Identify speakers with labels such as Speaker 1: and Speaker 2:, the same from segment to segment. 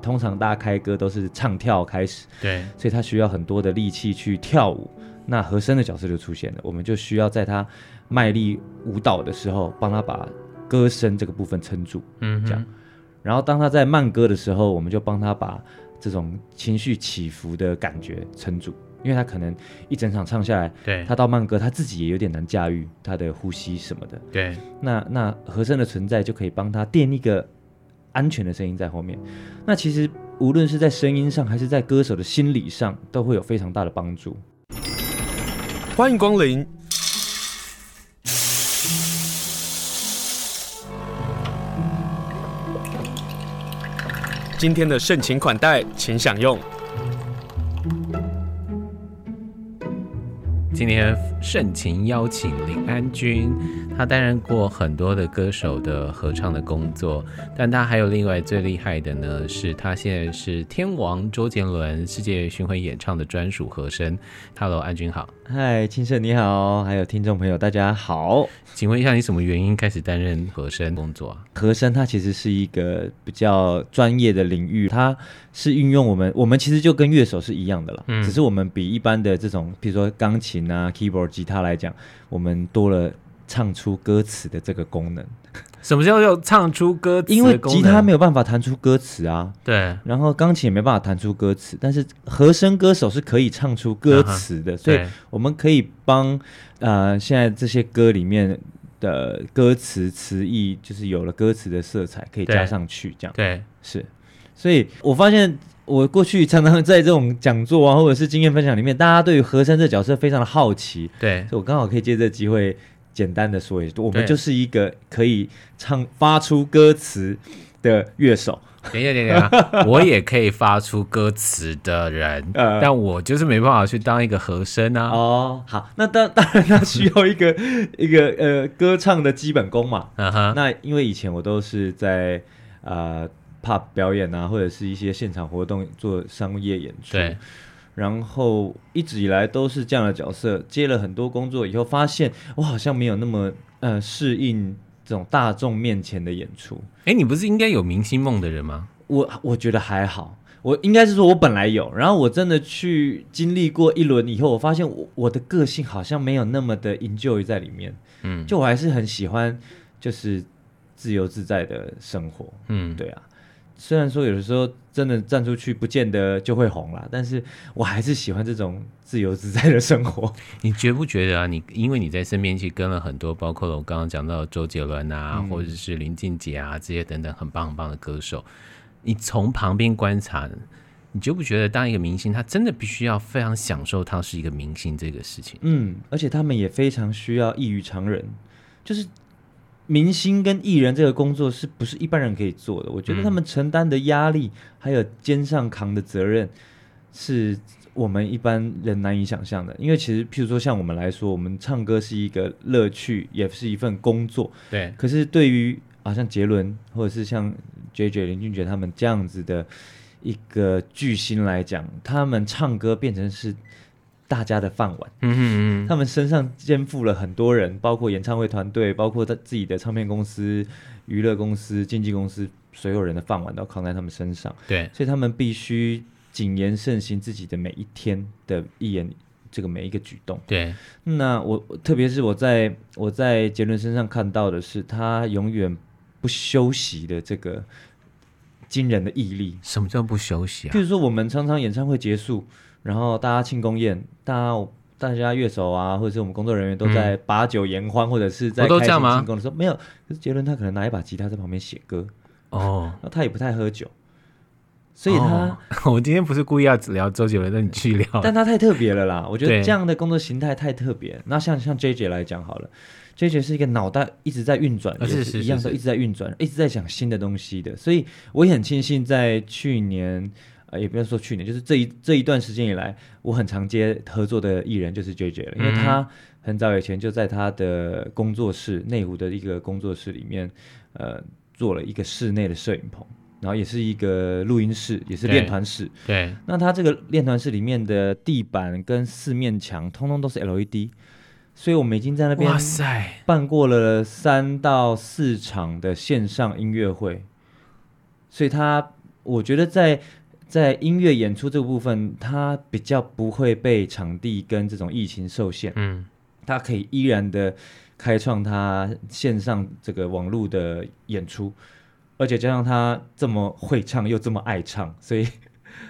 Speaker 1: 通常大家开歌都是唱跳开始，
Speaker 2: 对，
Speaker 1: 所以他需要很多的力气去跳舞。那和声的角色就出现了，我们就需要在他卖力舞蹈的时候，帮他把歌声这个部分撑住。
Speaker 2: 嗯哼，
Speaker 1: 这样然后当他在慢歌的时候，我们就帮他把这种情绪起伏的感觉撑住，因为他可能一整场唱下来，
Speaker 2: 对，
Speaker 1: 他到慢歌他自己也有点难驾驭他的呼吸什么的。
Speaker 2: 对，
Speaker 1: 那那和声的存在就可以帮他垫一个安全的声音在后面。那其实无论是在声音上，还是在歌手的心理上，都会有非常大的帮助。
Speaker 3: 欢迎光临。今天的盛情款待，请享用。
Speaker 2: 今天盛情邀请林安君，他担任过很多的歌手的合唱的工作，但他还有另外最厉害的呢，是他现在是天王周杰伦世界巡回演唱的专属和声。Hello，安君好，
Speaker 1: 嗨，青盛你好，还有听众朋友大家好。
Speaker 2: 请问一下，你什么原因开始担任和声工作啊？
Speaker 1: 和声它其实是一个比较专业的领域，它是运用我们，我们其实就跟乐手是一样的啦，
Speaker 2: 嗯
Speaker 1: 只是我们比一般的这种，比如说钢琴啊、keyboard、吉他来讲，我们多了唱出歌词的这个功能，
Speaker 2: 什么叫做唱出歌词的
Speaker 1: 因为
Speaker 2: 功能？
Speaker 1: 吉他没有办法弹出歌词啊，
Speaker 2: 对
Speaker 1: 然后钢琴也没办法弹出歌词，但是和声歌手是可以唱出歌词的，所以
Speaker 2: 啊对
Speaker 1: 我们可以帮呃现在这些歌里面的歌词词义，就是有了歌词的色彩，可以
Speaker 2: 对
Speaker 1: 加上去，这样
Speaker 2: 对
Speaker 1: 是。所以我发现我过去常常在这种讲座啊，或者是经验分享里面，大家对于和声这角色非常的好奇，
Speaker 2: 对
Speaker 1: 所以我刚好可以借这机会简单的说一下，我们
Speaker 2: 对
Speaker 1: 就是一个可以唱发出歌词的乐手。
Speaker 2: 等一下，等一下，我也可以发出歌词的人，
Speaker 1: 呃
Speaker 2: 但我就是没办法去当一个和声啊。
Speaker 1: 哦，好，那当当然，他需要一个 一个呃歌唱的基本功嘛。
Speaker 2: 嗯哼，
Speaker 1: 那因为以前我都是在呃 pub 表演啊，或者是一些现场活动做商业演出，
Speaker 2: 对，
Speaker 1: 然后一直以来都是这样的角色。接了很多工作以后，发现我好像没有那么呃适应这种大众面前的演出。
Speaker 2: 哎，你不是应该有明星梦的人吗？
Speaker 1: 我我觉得还好，我应该是说我本来有，然后我真的去经历过一轮以后，我发现我我的个性好像没有那么的 enjoy 在里面，
Speaker 2: 嗯，
Speaker 1: 就我还是很喜欢就是自由自在的生活，
Speaker 2: 嗯，
Speaker 1: 对啊。虽然说有的时候真的站出去不见得就会红啦，但是我还是喜欢这种自由自在的生活。
Speaker 2: 你觉不觉得啊？你因为你在身边去跟了很多，包括了我刚刚讲到的周杰伦啊，
Speaker 1: 嗯
Speaker 2: 或者是林俊杰啊这些等等很棒很棒的歌手，你从旁边观察，你觉不觉得当一个明星，他真的必须要非常享受他是一个明星这个事情？
Speaker 1: 嗯，而且他们也非常需要异于常人，就是明星跟艺人这个工作是不是一般人可以做的？我觉得他们承担的压力，还有肩上扛的责任，是我们一般人难以想象的。因为其实，譬如说像我们来说，我们唱歌是一个乐趣，也是一份工作。
Speaker 2: 对，
Speaker 1: 可是对于啊，像杰伦或者是像 J J 林俊杰他们这样子的一个巨星来讲，他们唱歌变成是大家的饭碗。
Speaker 2: 嗯嗯
Speaker 1: 他们身上肩负了很多人，包括演唱会团队，包括他自己的唱片呃公司、娱乐公司、经纪公司，所有人的饭碗都扛在他们身上，
Speaker 2: 对，
Speaker 1: 所以他们必须谨言慎行自己的每一天的一言，这个每一个举动。
Speaker 2: 对，
Speaker 1: 那我我特别是我在我在杰伦身上看到的是他永远不休息的这个惊人的毅力，
Speaker 2: 什么叫不休息啊
Speaker 1: 譬？如说，我们常常演唱会结束，然后大家庆功宴，大家大家乐手啊，或者是我们工作人员都在把酒言欢，或者是在
Speaker 2: 嗯我都
Speaker 1: 开
Speaker 2: 这样
Speaker 1: 心
Speaker 2: 吗
Speaker 1: 庆功的时候，没有。可是杰伦他可能拿一把吉他在旁边写歌，
Speaker 2: 哦，
Speaker 1: 那他也不太喝酒，所以他、
Speaker 2: 哦 我今天不是故意要聊周杰伦，但你去聊。
Speaker 1: 但他太特别了啦，我觉
Speaker 2: 对
Speaker 1: 得这样的工作形态太特别。那像像 J J 来讲好了，J J 是一个脑袋一直在运转，
Speaker 2: 啊
Speaker 1: 也
Speaker 2: 是是
Speaker 1: 一样
Speaker 2: 是
Speaker 1: 都
Speaker 2: 是
Speaker 1: 一直在运转，一直在想新的东西的。所以我也很庆幸在去年。呃，也不要说去年，就是这一这一段时间以来，我很常接合作的艺人就是 J J 了，因为
Speaker 2: 嗯
Speaker 1: 他很早以前就在他的工作室内湖的一个工作室里面，呃，做了一个室内的摄影棚，然后也是一个录音室，也是
Speaker 2: 对
Speaker 1: 练团室，
Speaker 2: 对，
Speaker 1: 那它这个练团室里面的地板跟四面墙，通通都是 LED，所以我们已经在那边
Speaker 2: 哇塞，
Speaker 1: 办过了三到四场的线上音乐会，所以它我觉得在在音乐演出这个部分，它比较不会被场地跟这种疫情受限，
Speaker 2: 嗯，
Speaker 1: 它可以依然的开创它线上这个网络的演出，而且加上他这么会唱又这么爱唱，所以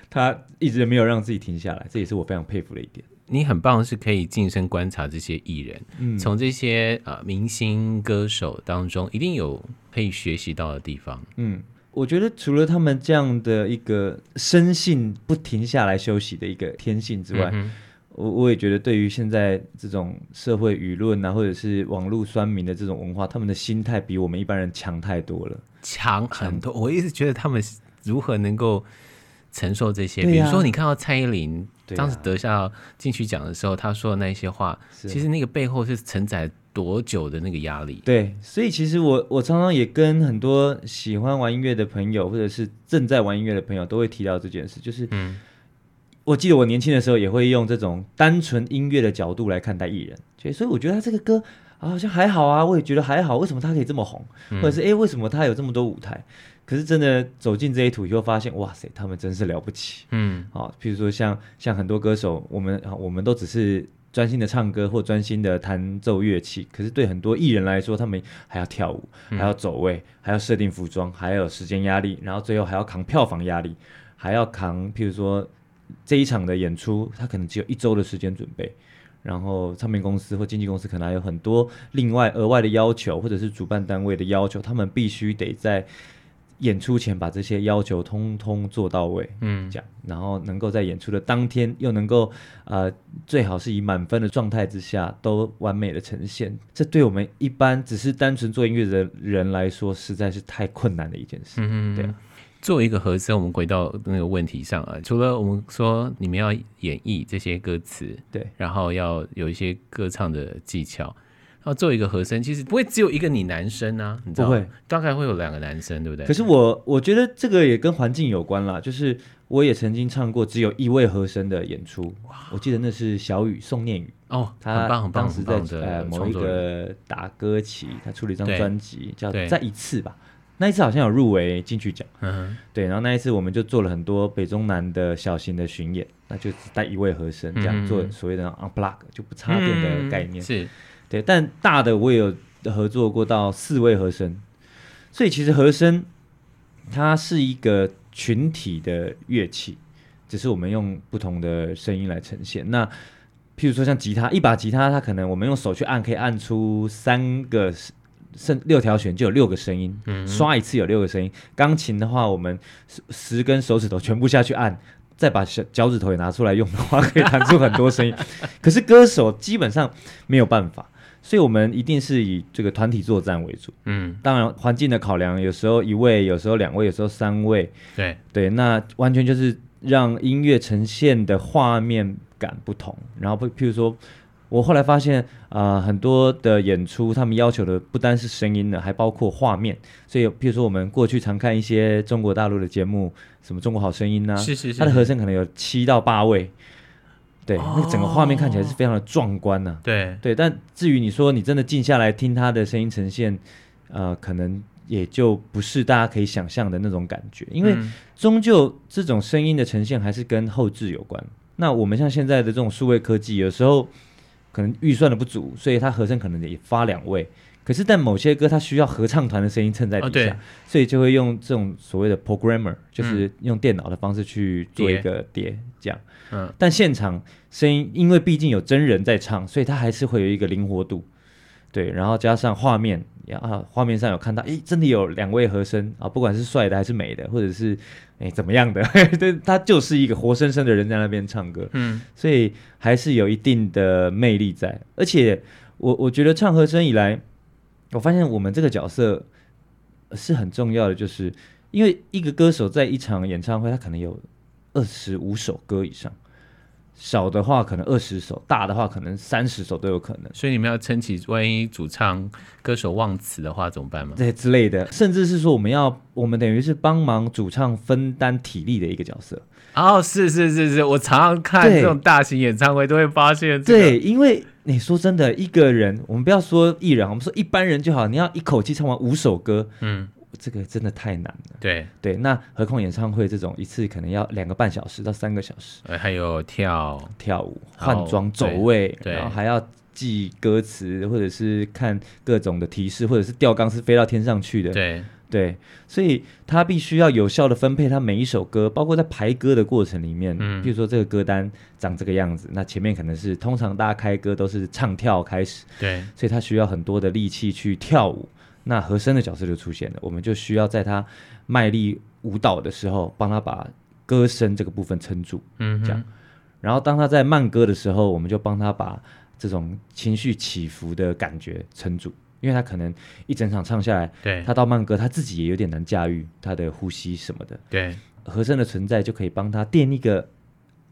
Speaker 1: 他一直没有让自己停下来，这也是我非常佩服的一点。
Speaker 2: 你很棒，是可以近身观察这些艺人，
Speaker 1: 嗯，
Speaker 2: 从这些呃明星歌手当中，一定有可以学习到的地方。
Speaker 1: 嗯，我觉得除了他们这样的一个生性不停下来休息的一个天性之外，
Speaker 2: 嗯哼
Speaker 1: 我我也觉得对于现在这种社会舆论啊，或者是网络酸民的这种文化，他们的心态比我们一般人强太多了。
Speaker 2: 强很多。我一直觉得他们如何能够承受这些，
Speaker 1: 对
Speaker 2: 比如
Speaker 1: 呀
Speaker 2: 说你看到蔡依林、
Speaker 1: 对
Speaker 2: 当时
Speaker 1: 啊
Speaker 2: 得下金曲奖的时候，她说的那一些话，
Speaker 1: 是
Speaker 2: 其实那个背后是承载多久的那个压力。
Speaker 1: 对，所以其实我我常常也跟很多喜欢玩音乐的朋友，或者是正在玩音乐的朋友，都会提到这件事。就是
Speaker 2: 嗯，
Speaker 1: 我记得我年轻的时候，也会用这种单纯音乐的角度来看待艺人，所以所以我觉得他这个歌啊好像还好啊，我也觉得还好，为什么他可以这么红，
Speaker 2: 嗯
Speaker 1: 或者是诶，为什么他有这么多舞台？可是真的走进这一土以后，发现哇塞，他们真是了不起。
Speaker 2: 嗯，
Speaker 1: 啊、譬如说像像很多歌手，我们啊我们都只是专心的唱歌或专心的弹奏乐器，可是对很多艺人来说，他们还要跳舞，还要走位，还要设定服装，还有时间压力，然后最后还要扛票房压力，还要扛譬如说这一场的演出，他可能只有一周的时间准备。然后唱片公司或经纪公司可能还有很多另外额外的要求，或者是主办单位的要求，他们必须得在演出前把这些要求通通做到位。
Speaker 2: 嗯，
Speaker 1: 这样，然后能够在演出的当天又能够呃，最好是以满分的状态之下都完美的呈现，这对我们一般只是单纯做音乐的人来说，实在是太困难的一件事。嗯对啊，
Speaker 2: 作为一个和声，我们回到那个问题上啊，除了我们说你们要演绎这些歌词，
Speaker 1: 对，
Speaker 2: 然后要有一些歌唱的技巧。然后作为一个和声，其实不会只有一个你男生啊，你知道
Speaker 1: 不
Speaker 2: 吗
Speaker 1: 会，
Speaker 2: 大概会有两个男生，对不对？
Speaker 1: 可是我我觉得这个也跟环境有关啦，就是我也曾经唱过只有一位和声的演出，我记得那是小雨宋念宇。
Speaker 2: 哦，
Speaker 1: 他
Speaker 2: 很棒，很棒，
Speaker 1: 当时
Speaker 2: 很
Speaker 1: 在
Speaker 2: 棒的
Speaker 1: 呃某
Speaker 2: 创
Speaker 1: 一
Speaker 2: 作人
Speaker 1: 个打歌期，他出了一张
Speaker 2: 对
Speaker 1: 专辑叫
Speaker 2: 对
Speaker 1: 《再一次》吧，那一次好像有入围金曲奖。
Speaker 2: 嗯
Speaker 1: 对，然后那一次我们就做了很多北中南的小型的巡演，那就只带一位和声这样
Speaker 2: 嗯
Speaker 1: 做所谓的 unplug 就不插电的概念。
Speaker 2: 是
Speaker 1: 对，但大的我也有合作过到四位和声，所以其实和声它是一个群体的乐器，只是我们用不同的声音来呈现。那譬如说像吉他，一把吉他它可能我们用手去按，可以按出三个甚六条弦就有六个声音，刷一次有六个声音。钢琴的话，我们十十根手指头全部下去按。再把小脚趾头也拿出来用的话，可以弹出很多声音。 可是歌手基本上没有办法，所以我们一定是以这个团体作战为主。
Speaker 2: 嗯，
Speaker 1: 当然，环境的考量，有时候一位，有时候两位，有时候三位，
Speaker 2: 对，
Speaker 1: 对，那完全就是让音乐呈现的画面感不同。然后，譬譬如说，我后来发现，啊，很多的演出他们要求的不单是声音呢，还包括画面。所以，譬如说我们过去常看一些中国大陆的节目，什么《中国好声音》呐，啊
Speaker 2: 是是是，
Speaker 1: 它的和声可能有七到八位，对，那个整个画面看起来
Speaker 2: 哦
Speaker 1: 是非常的壮观啊呐、
Speaker 2: 对，
Speaker 1: 对，但至于你说你真的静下来听他的声音呈现，呃，可能也就不是大家可以想象的那种感觉，因为
Speaker 2: 嗯
Speaker 1: 终究这种声音的呈现还是跟后置有关。那我们像现在的这种数位科技，有时候可能预算的不足，所以它和声可能也发两位。可是，但某些歌它需要合唱团的声音衬在
Speaker 2: 哦
Speaker 1: 底
Speaker 2: 对嗯
Speaker 1: 下，所以就会用这种所谓的 programmer，就是用电脑的方式去做一
Speaker 2: 叠
Speaker 1: 个叠这样。
Speaker 2: 嗯
Speaker 1: 但现场声音，因为毕竟有真人在唱，所以它还是会有一个灵活度。对，然后加上画面，呀啊，画面上有看到，诶，真的有两位和声啊，不管是帅的还是美的，或者是诶怎么样的， 对，他就是一个活生生的人在那边唱歌，
Speaker 2: 嗯
Speaker 1: 所以还是有一定的魅力在。而且我我觉得唱和声以来，我发现我们这个角色呃是很重要的，就是因为一个歌手在一场演唱会，他可能有二十五首歌以上，少的话可能二十首，大的话可能三十首都有可能。
Speaker 2: 所以你们要撑起，万一主唱歌手忘词的话怎么办吗？
Speaker 1: 这些之类的，甚至是说我们要，我们等于是帮忙主唱分担体力的一个角色。
Speaker 2: 哦，是是是是，我常常看
Speaker 1: 对
Speaker 2: 这种大型演唱会都会发现，
Speaker 1: 对，，因为你说真的，一个人，我们不要说艺人，我们说一般人就好，你要一口气唱完五首歌，
Speaker 2: 嗯，
Speaker 1: 这个真的太难了。
Speaker 2: 对，
Speaker 1: 对，那何况演唱会这种一次可能要两个半小时到三个小时
Speaker 2: 呃还有跳，
Speaker 1: 跳舞、
Speaker 2: 好
Speaker 1: 换装、走
Speaker 2: 对
Speaker 1: 位，
Speaker 2: 对
Speaker 1: 然后还要记歌词，或者是看各种的提示，或者是吊钢丝飞到天上去的。
Speaker 2: 对
Speaker 1: 对，所以他必须要有效的分配他每一首歌，包括在排歌的过程里面，
Speaker 2: 嗯
Speaker 1: 比如说这个歌单长这个样子，那前面可能是通常大家开歌都是唱跳开始，
Speaker 2: 对
Speaker 1: 所以他需要很多的力气去跳舞。那和声的角色就出现了，我们就需要在他卖力舞蹈的时候，帮他把歌声这个部分撑住。
Speaker 2: 嗯哼，
Speaker 1: 这样然后当他在慢歌的时候，我们就帮他把这种情绪起伏的感觉撑住，因为他可能一整场唱下来，
Speaker 2: 对
Speaker 1: 他到慢歌他自己也有点难驾驭他的呼吸什么的。
Speaker 2: 对
Speaker 1: 和声的存在就可以帮他垫一个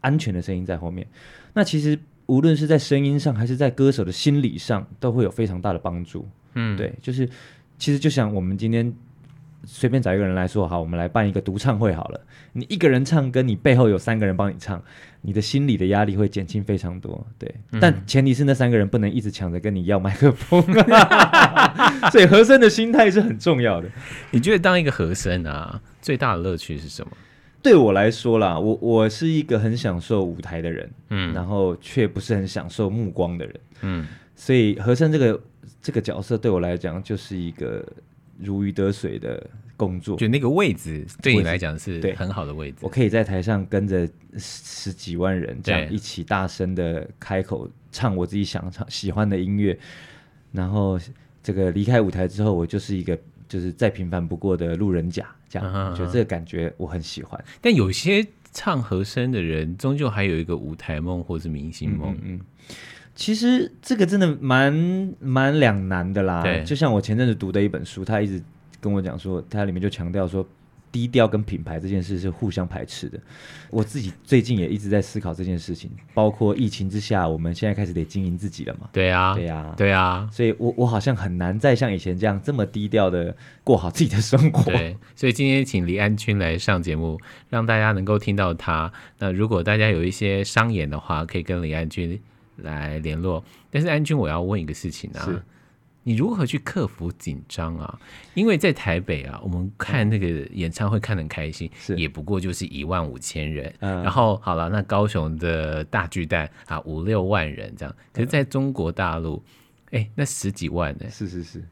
Speaker 1: 安全的声音在后面。那其实无论是在声音上，还是在歌手的心理上，都会有非常大的帮助。
Speaker 2: 嗯
Speaker 1: 对，就是其实就像我们今天随便找一个人来说，好，我们来办一个独唱会好了。你一个人唱，跟你背后有三个人帮你唱，你的心理的压力会减轻非常多。对，
Speaker 2: 嗯
Speaker 1: 但前提是那三个人不能一直抢着跟你要麦克 风， 所以和声的心态是很重要的。
Speaker 2: 你觉得当一个和声啊，最大的乐趣是什么？
Speaker 1: 对我来说啦，我我是一个很享受舞台的人，
Speaker 2: 嗯
Speaker 1: 然后却不是很享受目光的人，
Speaker 2: 嗯，
Speaker 1: 所以和声这个这个角色对我来讲就是一个如鱼得水的工作。
Speaker 2: 就那个位置对你来讲是
Speaker 1: 对
Speaker 2: 很好的位置
Speaker 1: 我，可以在台上跟着十十几万人这样
Speaker 2: 对
Speaker 1: 一起大声的开口唱我自己想唱喜欢的音乐，然后这个离开舞台之后，我就是一个就是再平凡不过的路人甲，这样
Speaker 2: 嗯哼
Speaker 1: 我觉
Speaker 2: 嗯
Speaker 1: 得这个感觉我很喜欢。
Speaker 2: 但有些唱和声的人，终究还有一个舞台梦或是明星梦。
Speaker 1: 嗯，其实这个真的蛮蛮两难的啦
Speaker 2: 对。
Speaker 1: 就像我前阵子读的一本书，他一直跟我讲说，它里面就强调说。低调跟品牌这件事是互相排斥的，我自己最近也一直在思考这件事情，包括疫情之下，我们现在开始得经营自己了嘛？
Speaker 2: 对啊，
Speaker 1: 对呀、
Speaker 2: 对啊，
Speaker 1: 所以我我好像很难再像以前这样这么低调的过好自己的生活。
Speaker 2: 对，所以今天请黎安君来上节目，让大家能够听到他。那如果大家有一些商演的话，可以跟黎安君来联络。但是安君，我要问一个事情 啊
Speaker 1: 是，
Speaker 2: 你如何去克服紧张啊？因为在台北啊，我们看那个演唱会看得很开心，
Speaker 1: 是
Speaker 2: 也不过就是一万五千人。
Speaker 1: 嗯
Speaker 2: 然后好了，那高雄的大巨蛋啊，五六万人这样。
Speaker 1: 嗯
Speaker 2: 可是在中国大陆，哎、那十几万呢、
Speaker 1: 是是是，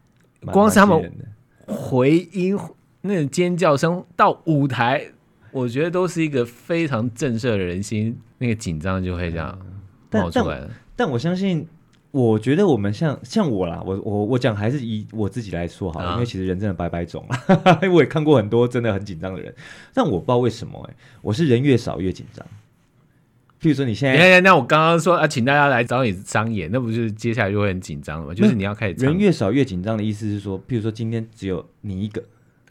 Speaker 1: 蛮
Speaker 2: 光是他们
Speaker 1: 蛮惊人的
Speaker 2: 回音那个尖叫声到舞台，我觉得都是一个非常震慑人心，那个紧张就会这样
Speaker 1: 嗯但
Speaker 2: 冒出来了。
Speaker 1: 但我相信，我觉得我们像像我啦，我我我讲还是以我自己来说好了，
Speaker 2: 啊
Speaker 1: 因为其实人真的百百 种啦，我也看过很多真的很紧张的人，但我不知道为什么哎、我是人越少越紧张。譬如说你现
Speaker 2: 你
Speaker 1: 在
Speaker 2: 看，那我刚刚说啊，请大家来找你商演，那不是接下来就会很紧张了吗？就是你要开始唱
Speaker 1: 人越少越紧张的意思是说，譬如说今天只有你一个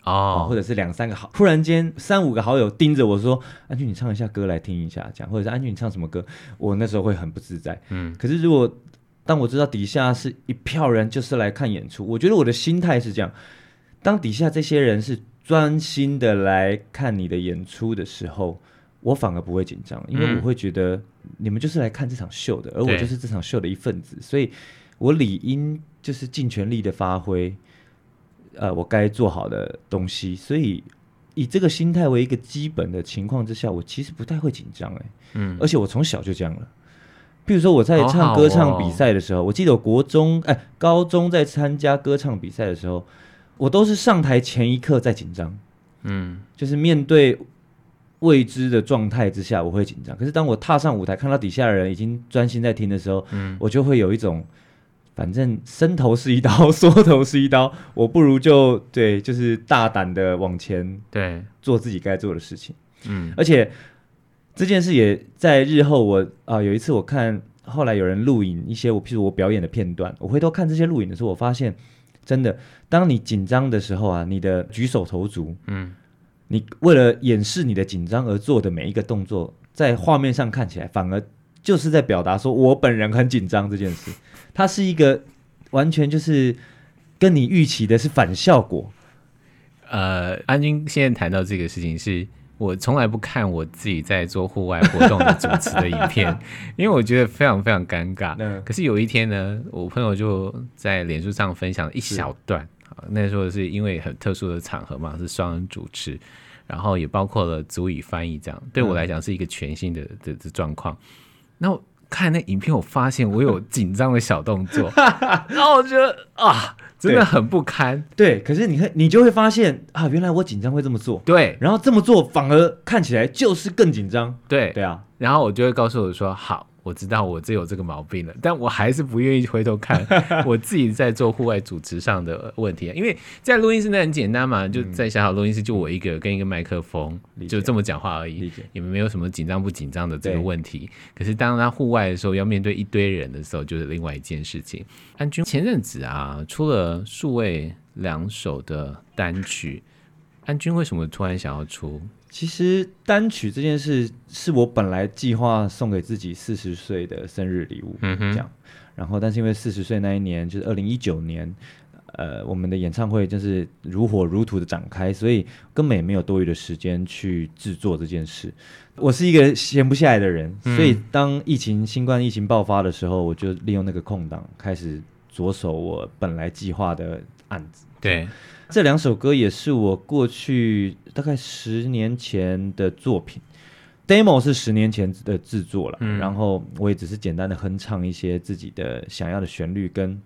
Speaker 1: 啊，或
Speaker 2: 哦，
Speaker 1: 者是两三个好，突然间三五个好友盯着我说：“安俊，你唱一下歌来听一下。”这样，或者是“安俊，你唱什么歌？”我那时候会很不自在。
Speaker 2: 嗯，
Speaker 1: 可是如果当我知道底下是一票人就是来看演出，我觉得我的心态是这样：当底下这些人是专心的来看你的演出的时候，我反而不会紧张，因为
Speaker 2: 嗯
Speaker 1: 我会觉得你们就是来看这场秀的，而我
Speaker 2: 对
Speaker 1: 就是这场秀的一份子，所以我理应就是尽全力的发挥，呃，我该做好的东西。所以以这个心态为一个基本的情况之下，我其实不太会紧张、欸，
Speaker 2: 嗯，
Speaker 1: 而且我从小就这样了。譬如说我在
Speaker 2: 好好
Speaker 1: 唱
Speaker 2: 哦
Speaker 1: 歌唱比赛的时候，我记得我国中哎、高中在参加歌唱比赛的时候，我都是上台前一刻在紧张，
Speaker 2: 嗯，
Speaker 1: 就是面对未知的状态之下我会紧张。可是当我踏上舞台，看到底下的人已经专心在听的时候，
Speaker 2: 嗯
Speaker 1: 我就会有一种。反正伸头是一刀， 缩头是一刀，我不如就对，就是大胆的往前
Speaker 2: 对，
Speaker 1: 做自己该做的事情。
Speaker 2: 嗯，
Speaker 1: 而且这件事也在日后我啊、有一次我看后来有人录影一些我譬如我表演的片段，我回头看这些录影的时候，我发现真的，当你紧张的时候啊，你的举手投足，
Speaker 2: 嗯，
Speaker 1: 你为了掩饰你的紧张而做的每一个动作，在画面上看起来反而就是在表达说我本人很紧张这件事，它是一个完全就是跟你预期的是反效果。
Speaker 2: 呃，安君现在谈到这个事情是。我从来不看我自己在做户外活动的主持的影片， 因为我觉得非常非常尴尬。
Speaker 1: 那
Speaker 2: 可是有一天呢，我朋友就在脸书上分享了一小段，好那时候是因为很特殊的场合嘛，是双人主持，然后也包括了足语翻译，这样对我来讲是一个全新的的的状况。那我看那影片，我发现我有紧张的小动作，然后我觉得啊，真的
Speaker 1: 对
Speaker 2: 很不堪。
Speaker 1: 对，可是你看，你就会发现啊，原来我紧张会这么做，
Speaker 2: 对
Speaker 1: 然后这么做反而看起来就是更紧张。
Speaker 2: 对
Speaker 1: 对啊，
Speaker 2: 然后我就会告诉我说：“好，我知道我这有这个毛病了，但我还是不愿意回头看我自己在做户外主持上的问题，因为在录音室那很简单嘛，就在小小录音室就我一个跟一个麦克风，
Speaker 1: 理解
Speaker 2: 就这么讲话而
Speaker 1: 理
Speaker 2: 已
Speaker 1: 解，
Speaker 2: 也没有什么紧张不紧张的这个
Speaker 1: 对
Speaker 2: 问题。可是当他户外的时候，要面对一堆人的时候，就是另外一件事情。安君前阵子啊，出了数位两首的单曲。”安君为什么突然想要出？
Speaker 1: 其实单曲这件事是我本来计划送给自己四十岁的生日礼物，
Speaker 2: 嗯哼
Speaker 1: 这样。然后，但是因为四十岁那一年就是二零一九年，呃，我们的演唱会就是如火如荼的展开，所以根本也没有多余的时间去制作这件事。我是一个闲不下来的人，所以当疫情新冠疫情爆发的时候，我就利用那个空档开始着手我本来计划的案子。
Speaker 2: 对，
Speaker 1: 这两首歌也是我过去大概十年前的作品，demo 是十年前的制作了，然后我也只是简单的哼唱一些自己的想要的旋律跟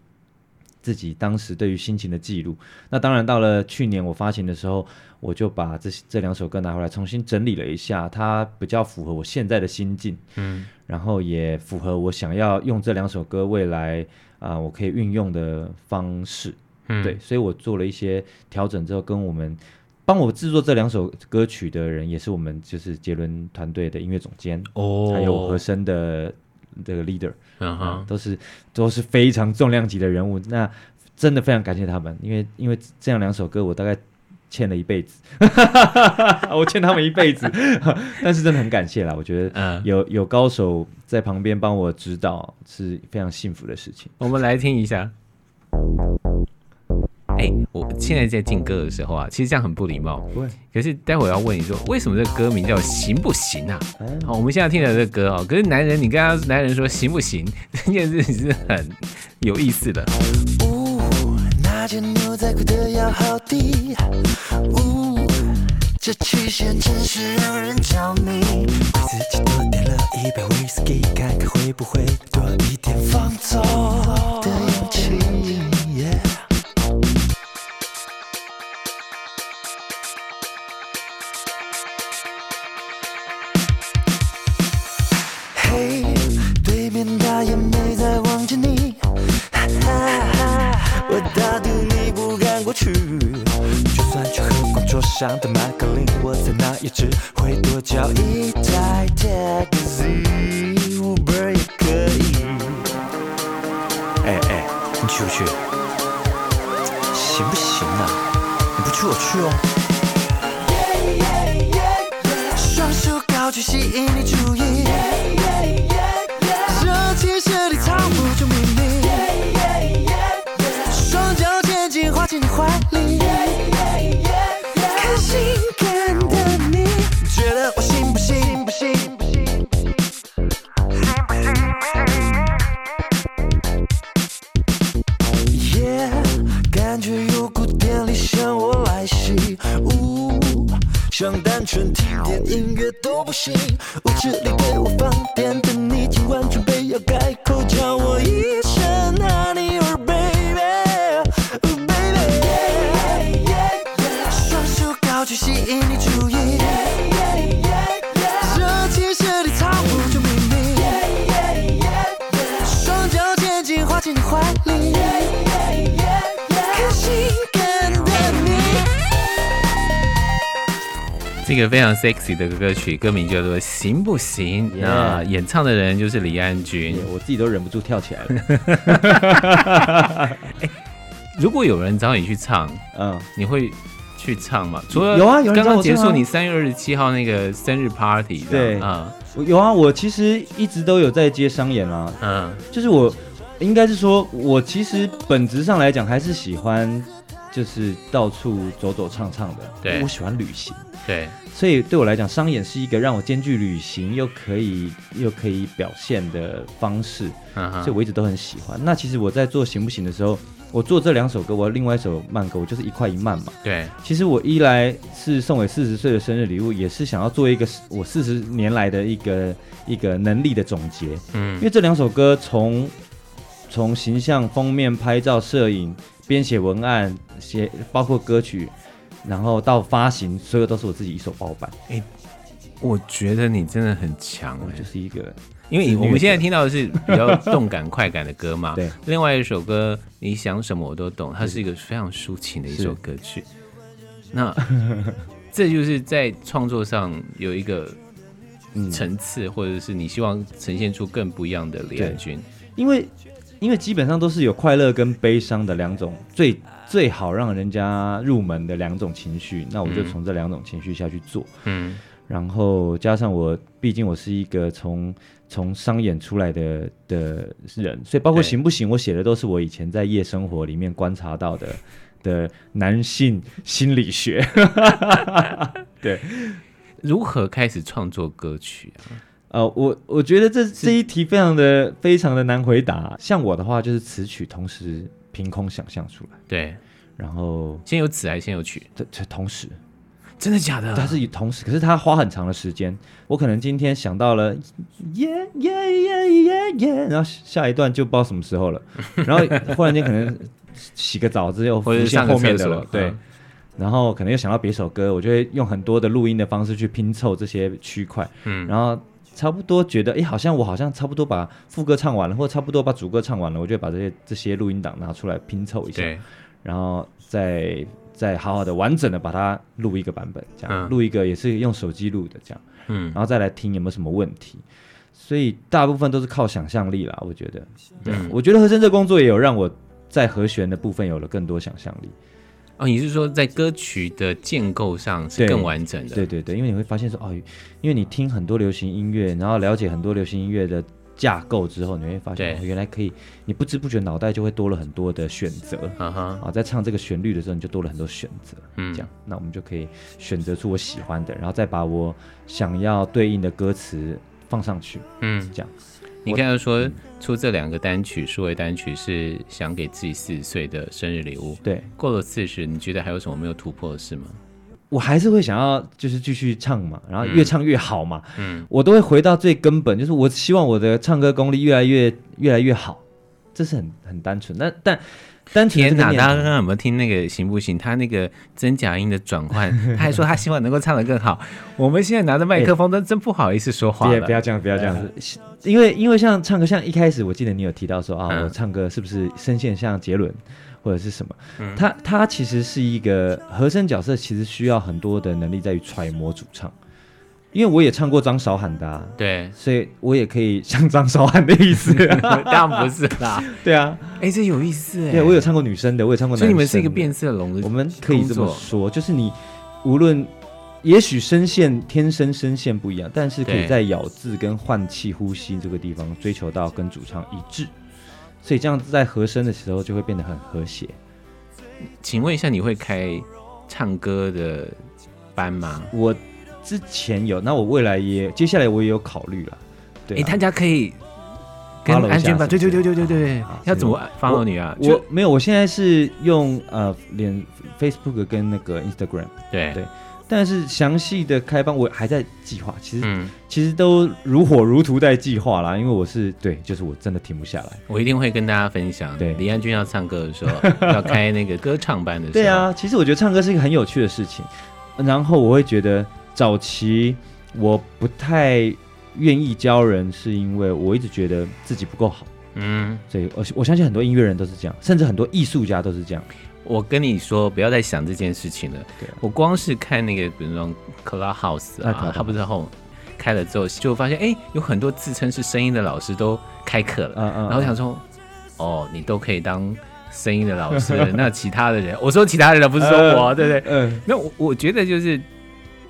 Speaker 1: 自己当时对于心情的记录。那当然，到了去年我发行的时候，我就把这这两首歌拿回来重新整理了一下，它比较符合我现在的心境，
Speaker 2: 嗯，
Speaker 1: 然后也符合我想要用这两首歌未来啊、我可以运用的方式。
Speaker 2: 嗯
Speaker 1: 对，所以我做了一些调整之后，跟我们帮我制作这两首歌曲的人，也是我们就是杰伦团队的音乐总监，
Speaker 2: 哦，
Speaker 1: 还有我和声的这个 leader，、
Speaker 2: 嗯
Speaker 1: 啊
Speaker 2: 哼，，
Speaker 1: 都是都是非常重量级的人物。那真的非常感谢他们，因为因为这样两首歌，我大概。欠了一辈子， 我欠他们一辈子， 但是真的很感谢啦。我觉得
Speaker 2: 嗯，
Speaker 1: 有有高手在旁边帮我指导是非常幸福的事情。
Speaker 2: 我们来听一下。哎、我现在在进歌的时候啊，其实这样很不礼貌。
Speaker 1: 不会，
Speaker 2: 可是待会儿要问你说，为什么这歌名叫“行不行”啊？
Speaker 1: 哎
Speaker 2: 好，我们现在听了这歌哦，可是男人，你跟他男人说行不行这件事情是很有意思的。
Speaker 4: 呜，那件牛仔裤的腰好低，呜，这曲线真是让人着迷。为自己多点了一杯 whisky，看看会不会多一点放纵的勇气。Yeah 嘿，对面大爷没在望着你，哈哈哈，我打赌你不敢过去。就算去喝光桌上的玛格丽，我在那也只会多叫一台 taxi Uber 也可以。哎哎，你去不去？行不行啊？你不去我去哦。双手高举吸引你注意，这期是你藏不住秘密，双脚前进滑进你怀里，开心看到你，觉得我行不行？行不行？耶，感觉有股电力向我来袭，呜，想单纯听点音乐都不行。舞池里给我放电的你，今晚准备要改口叫我一声，oh Honey or Oh Baby，Baby，双手高举吸引你注意，这其实你藏不住秘密，双脚前进滑进你怀里。开心感的你，
Speaker 2: 这个非常 sexy 的歌曲，歌名叫做《行不行》。
Speaker 1: Yeah
Speaker 2: 那演唱的人就是李安君。
Speaker 1: 我自己都忍不住跳起来了。
Speaker 2: 如果有人找你去唱，
Speaker 1: 嗯，
Speaker 2: 你会去唱吗？除了
Speaker 1: 有啊有人
Speaker 2: 刚
Speaker 1: 找
Speaker 2: 刚
Speaker 1: 我
Speaker 2: 结
Speaker 1: 唱啊
Speaker 2: 束你三月二十七号那个生日 party，这样
Speaker 1: 对
Speaker 2: 啊
Speaker 1: 我有啊，我其实一直都有在接商演啊，
Speaker 2: 嗯
Speaker 1: 就是我应该是说，我其实本质上来讲还是喜欢，就是到处走走唱唱的。
Speaker 2: 对
Speaker 1: 我喜欢旅行，
Speaker 2: 对，
Speaker 1: 所以对我来讲，商演是一个让我兼具旅行又可以又可以表现的方式，
Speaker 2: 嗯哼
Speaker 1: 所以我一直都很喜欢。那其实我在做行不行的时候，我做这两首歌，我另外一首慢歌，我就是一块一慢嘛。
Speaker 2: 对，
Speaker 1: 其实我一来是送给四十岁的生日礼物，也是想要做一个我四十年来的一个一个能力的总结，因
Speaker 2: 嗯
Speaker 1: 为这两首歌从从形象、封面、拍照、摄影、编写文案、写包括歌曲，然后到发行，所有都是我自己一手包办，
Speaker 2: 我觉得你真的很强
Speaker 1: 我
Speaker 2: 哎、
Speaker 1: 就是一个
Speaker 2: 因为
Speaker 1: 自虐
Speaker 2: 我们现在听到的是比较动感快感的歌 嘛。
Speaker 1: 对。
Speaker 2: 另外一首歌《你想什么我都懂》，它是一个非常抒情的一首歌曲。 那这就是在创作上有一个
Speaker 1: 嗯
Speaker 2: 层次，或者是你希望呈现出更不一样的李
Speaker 1: 对
Speaker 2: 安君。
Speaker 1: 因为因为基本上都是有快乐跟悲伤的两种最最好让人家入门的两种情绪，那我就
Speaker 2: 嗯
Speaker 1: 从这两种情绪下去做，
Speaker 2: 嗯
Speaker 1: 然后加上我，毕竟我是一个从从商演出来的的人，所以包括
Speaker 2: 对
Speaker 1: 行不行，我写的都是我以前在夜生活里面观察到的的男性心理学。
Speaker 2: 如何开始创作歌曲啊？
Speaker 1: 呃，我我觉得这这一题非常的非常的难回答。像我的话，就是词曲同时凭空想象出来，
Speaker 2: 对，
Speaker 1: 然后
Speaker 2: 先有词还是先有曲？
Speaker 1: 这这同时，
Speaker 2: 真的假的？
Speaker 1: 它是以同时，可是它花很长的时间。我可能今天想到了耶耶耶耶耶，然后下一段就不知道什么时候 了，然后忽然间可能洗个澡之后
Speaker 2: 或者
Speaker 1: 浮
Speaker 2: 是
Speaker 1: 现
Speaker 2: 上个
Speaker 1: 后面
Speaker 2: 厕
Speaker 1: 的
Speaker 2: 所
Speaker 1: 了，对
Speaker 2: 嗯。
Speaker 1: 然后可能又想到别首歌，我就会用很多的录音的方式去拼凑这些区块，
Speaker 2: 嗯
Speaker 1: 然后差不多觉得，哎，好像我好像差不多把副歌唱完了，或差不多把主歌唱完了，我就会把这些这些录音档拿出来拼凑一下，
Speaker 2: 对，
Speaker 1: 然后再再好好的完整的把它录一个版本，这样
Speaker 2: 嗯
Speaker 1: 录、一个也是用手机录的这样，
Speaker 2: 嗯
Speaker 1: 然，后再来听有没有什么问题。所以大部分都是靠想象力啦，我觉得。对啊、
Speaker 2: 嗯
Speaker 1: 我觉得和声这工作也有让我在和弦的部分有了更多想象力。
Speaker 2: 哦，你是说在歌曲的建构上是
Speaker 1: 对
Speaker 2: 更完整的？
Speaker 1: 对对对，因为你会发现说，哦，因为你听很多流行音乐，然后了解很多流行音乐的架构之后，你会发现、
Speaker 2: 对
Speaker 1: 哦、原来可以，你不知不觉脑袋就会多了很多的选择。
Speaker 2: 嗯哼，
Speaker 1: 啊，在唱这个旋律的时候，你就多了很多选择。
Speaker 2: 嗯
Speaker 1: 这样，那我们就可以选择出我喜欢的，然后再把我想要对应的歌词放上去，
Speaker 2: 嗯，
Speaker 1: 这样。
Speaker 2: 你刚才说出这两个单曲，数位单曲是想给自己四十岁的生日礼物。
Speaker 1: 对
Speaker 2: 过了四十，你觉得还有什么没有突破的事吗？
Speaker 1: 我还是会想要就是继续唱嘛，然后越唱越好嘛，
Speaker 2: 嗯，
Speaker 1: 我都会回到最根本，就是我希望我的唱歌功力越来越越来越好，这是很很单纯，但但单纯的
Speaker 2: 天
Speaker 1: 这个
Speaker 2: 哪！
Speaker 1: 念
Speaker 2: 大
Speaker 1: 头
Speaker 2: 家刚刚有没有听那个行不行？他那个真假音的转 换，他还说他希望能够唱得更好。我们现在拿着麦克风，都真不好意思说话
Speaker 1: 别
Speaker 2: 了
Speaker 1: 不。要这样，不要这样子，因为因为像唱歌，像一开始我记得你有提到说啊，
Speaker 2: 嗯
Speaker 1: 我唱歌是不是声线像杰伦或者是什么？
Speaker 2: 嗯
Speaker 1: 他他其实是一个和声角色，其实需要很多的能力在于揣摩主唱，因为我也唱过张韶涵的、啊，，
Speaker 2: 对
Speaker 1: 所以我也可以像张韶涵的意思。啊
Speaker 2: 当然不是啦。
Speaker 1: 对啊，
Speaker 2: 哎，这有意思哎。
Speaker 1: 对，啊我有唱过女生的，我也唱过男生
Speaker 2: 所
Speaker 1: 的。
Speaker 2: 以你们是一个变色龙的，
Speaker 1: 我们可以这么
Speaker 2: 工作
Speaker 1: 说，就是你无论也许声线天生声线不一样，但是可以
Speaker 2: 对
Speaker 1: 在咬字跟换气、呼吸这个地方追求到跟主唱一致，所以这样子在和声的时候就会变得很和谐。
Speaker 2: 请问一下，你会开唱歌的班吗？
Speaker 1: 我之前有，那我未来也接下来我也有考虑了，对、
Speaker 2: 哎，
Speaker 1: 啊
Speaker 2: 大家可以跟
Speaker 1: Follow 一下
Speaker 2: 安全吧，
Speaker 1: 是
Speaker 2: 对
Speaker 1: 不是
Speaker 2: 对对对对对
Speaker 1: 好，
Speaker 2: 要怎么 follow 你啊？
Speaker 1: 我
Speaker 2: 就
Speaker 1: 没有，我现在是用呃连 Facebook 跟那个 Instagram，
Speaker 2: 对
Speaker 1: 对但是详细的开放我还在计划，其实、
Speaker 2: 嗯，
Speaker 1: 其实都如火如荼在计划啦，因为我是对，就是我真的停不下来。
Speaker 2: 我一定会跟大家分享。
Speaker 1: 对
Speaker 2: 李安君要唱歌的时候，要开那个歌唱班的时候，
Speaker 1: 对，啊，其实我觉得唱歌是一个很有趣的事情。嗯然后我会觉得早期我不太愿意教人，是因为我一直觉得自己不够好。
Speaker 2: 嗯，
Speaker 1: 所以我我相信很多音乐人都是这样，甚至很多艺术家都是这 样。
Speaker 2: 我跟你说，不要再想这件事情了
Speaker 1: 对啊。
Speaker 2: 我光是看那个，比如说 Clubhouse
Speaker 1: 那可
Speaker 2: 啊
Speaker 1: 不，
Speaker 2: 他不是后开了之后，就发现哎，有很多自称是声音的老师都开课了。
Speaker 1: 嗯嗯，
Speaker 2: 然后啊想说，哦，你都可以当声音的老 师，那其他的人，我说其他人不是说我，啊对不对？
Speaker 1: 嗯，
Speaker 2: 那我我觉得就是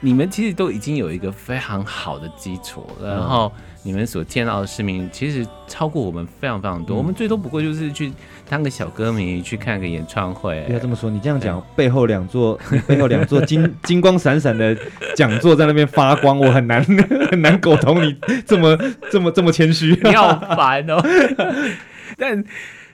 Speaker 2: 你们其实都已经有一个非常好的基础，
Speaker 1: 嗯
Speaker 2: 然后你们所见到的市民其实超过我们非常非常
Speaker 1: 嗯
Speaker 2: 多，我们最多不过就是去当个小歌迷，去看个演唱会
Speaker 1: 不。要这么说，你这样讲，背后两座背后两座金金光闪闪的讲座在那边发光，我很难 很难苟同你这么 这么这么谦虚。
Speaker 2: 你好烦哦。但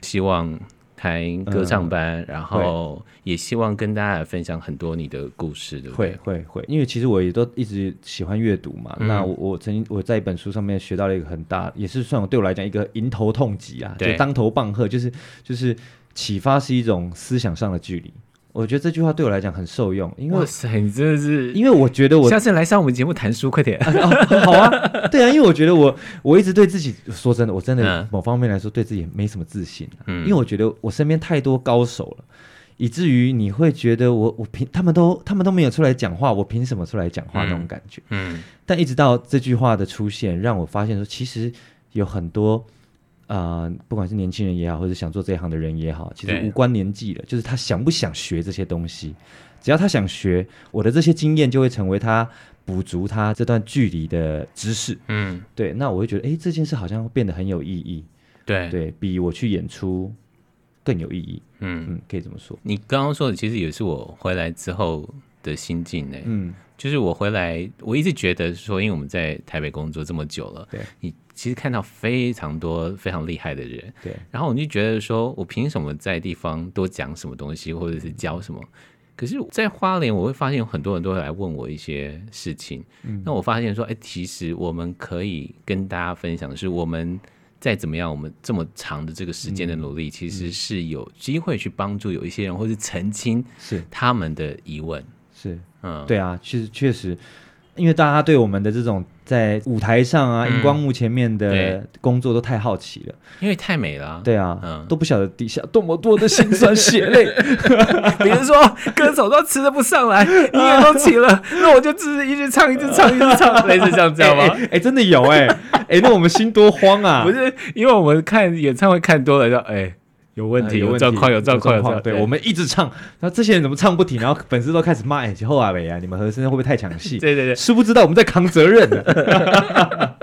Speaker 2: 希望开歌唱
Speaker 1: 嗯
Speaker 2: 班，然后也希望跟大家来分享很多你的故事，对不
Speaker 1: 会
Speaker 2: 对？
Speaker 1: 会会，因为其实我也都一直喜欢阅读
Speaker 2: 嗯
Speaker 1: 嘛。那我我曾经我在一本书上面学到了一个很大，也是算我对我来讲一个迎头痛击啊，就
Speaker 2: 对
Speaker 1: 当头棒喝，就是就是启发是一种思想上的距离。我觉得这句话对我来讲很受用，因
Speaker 2: 哇
Speaker 1: 为
Speaker 2: 塞，你真的是，
Speaker 1: 因为我觉得 我
Speaker 2: 下次来上我们节目谈书，快 点。
Speaker 1: 哦好啊，对啊，因为我觉得我我一直对自己说真的，我真的
Speaker 2: 嗯
Speaker 1: 某方面来说对自己没什么自信、啊，
Speaker 2: 嗯
Speaker 1: 因为我觉得我身边太多高手了，以至于你会觉得我我凭他们都他们都没有出来讲话，我凭什么出来讲话
Speaker 2: 嗯
Speaker 1: 那种感觉。
Speaker 2: 嗯
Speaker 1: 但一直到这句话的出现，让我发现说，其实有很多。呃，不管是年轻人也好，或者想做这一行的人也好，其实
Speaker 2: 对
Speaker 1: 无关年纪了，就是他想不想学这些东西。只要他想学，我的这些经验就会成为他补足他这段距离的知识。
Speaker 2: 嗯，
Speaker 1: 对，那我会觉得，哎，这件事好像会变得很有意义，
Speaker 2: 对，
Speaker 1: 对比我去演出更有意义。
Speaker 2: 嗯，
Speaker 1: 嗯，可以这么说。
Speaker 2: 你刚刚说的其实也是我回来之后的心境呢、欸
Speaker 1: 嗯，
Speaker 2: 就是我回来，我一直觉得说，因为我们在台北工作这么久了，
Speaker 1: 对
Speaker 2: 你其实看到非常多非常厉害的人，
Speaker 1: 对，
Speaker 2: 然后我就觉得说，我凭什么在地方多讲什么东西，或者是教什么？可是，在花莲，我会发现有很多人都会来问我一些事情。
Speaker 1: 嗯
Speaker 2: 那我发现说，哎、其实我们可以跟大家分享，是我们再怎么样，我们这么长的这个时间
Speaker 1: 嗯
Speaker 2: 的努力，其实是有机会去帮助有一些人，或是澄清
Speaker 1: 是
Speaker 2: 他们的疑问。
Speaker 1: 是，
Speaker 2: 嗯，
Speaker 1: 对啊，确实确实，因为大家对我们的这种在舞台上啊、
Speaker 2: 嗯
Speaker 1: 荧光幕前面的
Speaker 2: 对
Speaker 1: 工作都太好奇了。
Speaker 2: 因为太美了、啊。
Speaker 1: 对啊，
Speaker 2: 嗯
Speaker 1: 都不晓得底下多么多的辛酸血 泪。
Speaker 2: 比如说歌手都吃的不上 来，音乐都起了，那我就只是一直唱，一直唱，一直唱， 类似像这样吗？
Speaker 1: 哎、诶真的有哎、哎、那我们心多慌啊！
Speaker 2: 哎不是，因为我们看演唱会看多了，就哎有问
Speaker 1: 呃
Speaker 2: 题，
Speaker 1: 有问题
Speaker 2: 状况，有状况，有状况。
Speaker 1: 对，我们一直唱，然后这些人怎么唱不停，然后粉丝都开始骂，哎、后啊伟啊，你们和声会不会太抢戏？
Speaker 2: 对对对，
Speaker 1: 殊不知道我们在扛责任呢。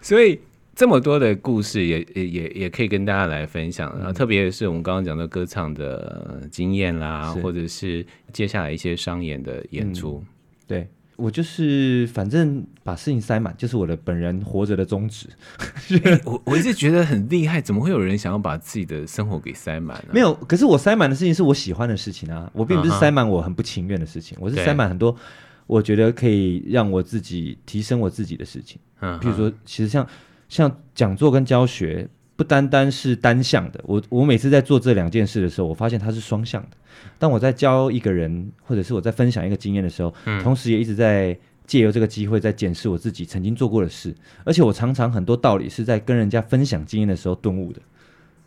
Speaker 2: 所以这么多的故事也也也也可以跟大家来分享，然后特别是我们刚刚讲的歌唱的呃经验啦，
Speaker 1: 是
Speaker 2: 或者是接下来一些商演的演出。
Speaker 1: 对我就是反正把事情塞满，就是我的本人活着的宗旨。嗯
Speaker 2: 哎我我一直觉得很厉害，怎么会有人想要把自己的生活给塞满啊呢？
Speaker 1: 没有，可是我塞满的事情是我喜欢的事情啊，我并不是
Speaker 2: 嗯哼
Speaker 1: 塞满我很不情愿的事情，我是
Speaker 2: 对
Speaker 1: 塞满很多我觉得可以让我自己提升我自己的事情。
Speaker 2: 嗯，
Speaker 1: 譬如说，其实像像讲座跟教学，不单单是单向的。我我每次在做这两件事的时候，我发现它是双向的。当我在教一个人，或者是我在分享一个经验的时候，
Speaker 2: 嗯
Speaker 1: 同时也一直在借由这个机会在检视我自己曾经做过的事。而且我常常很多道理是在跟人家分享经验的时候顿悟的。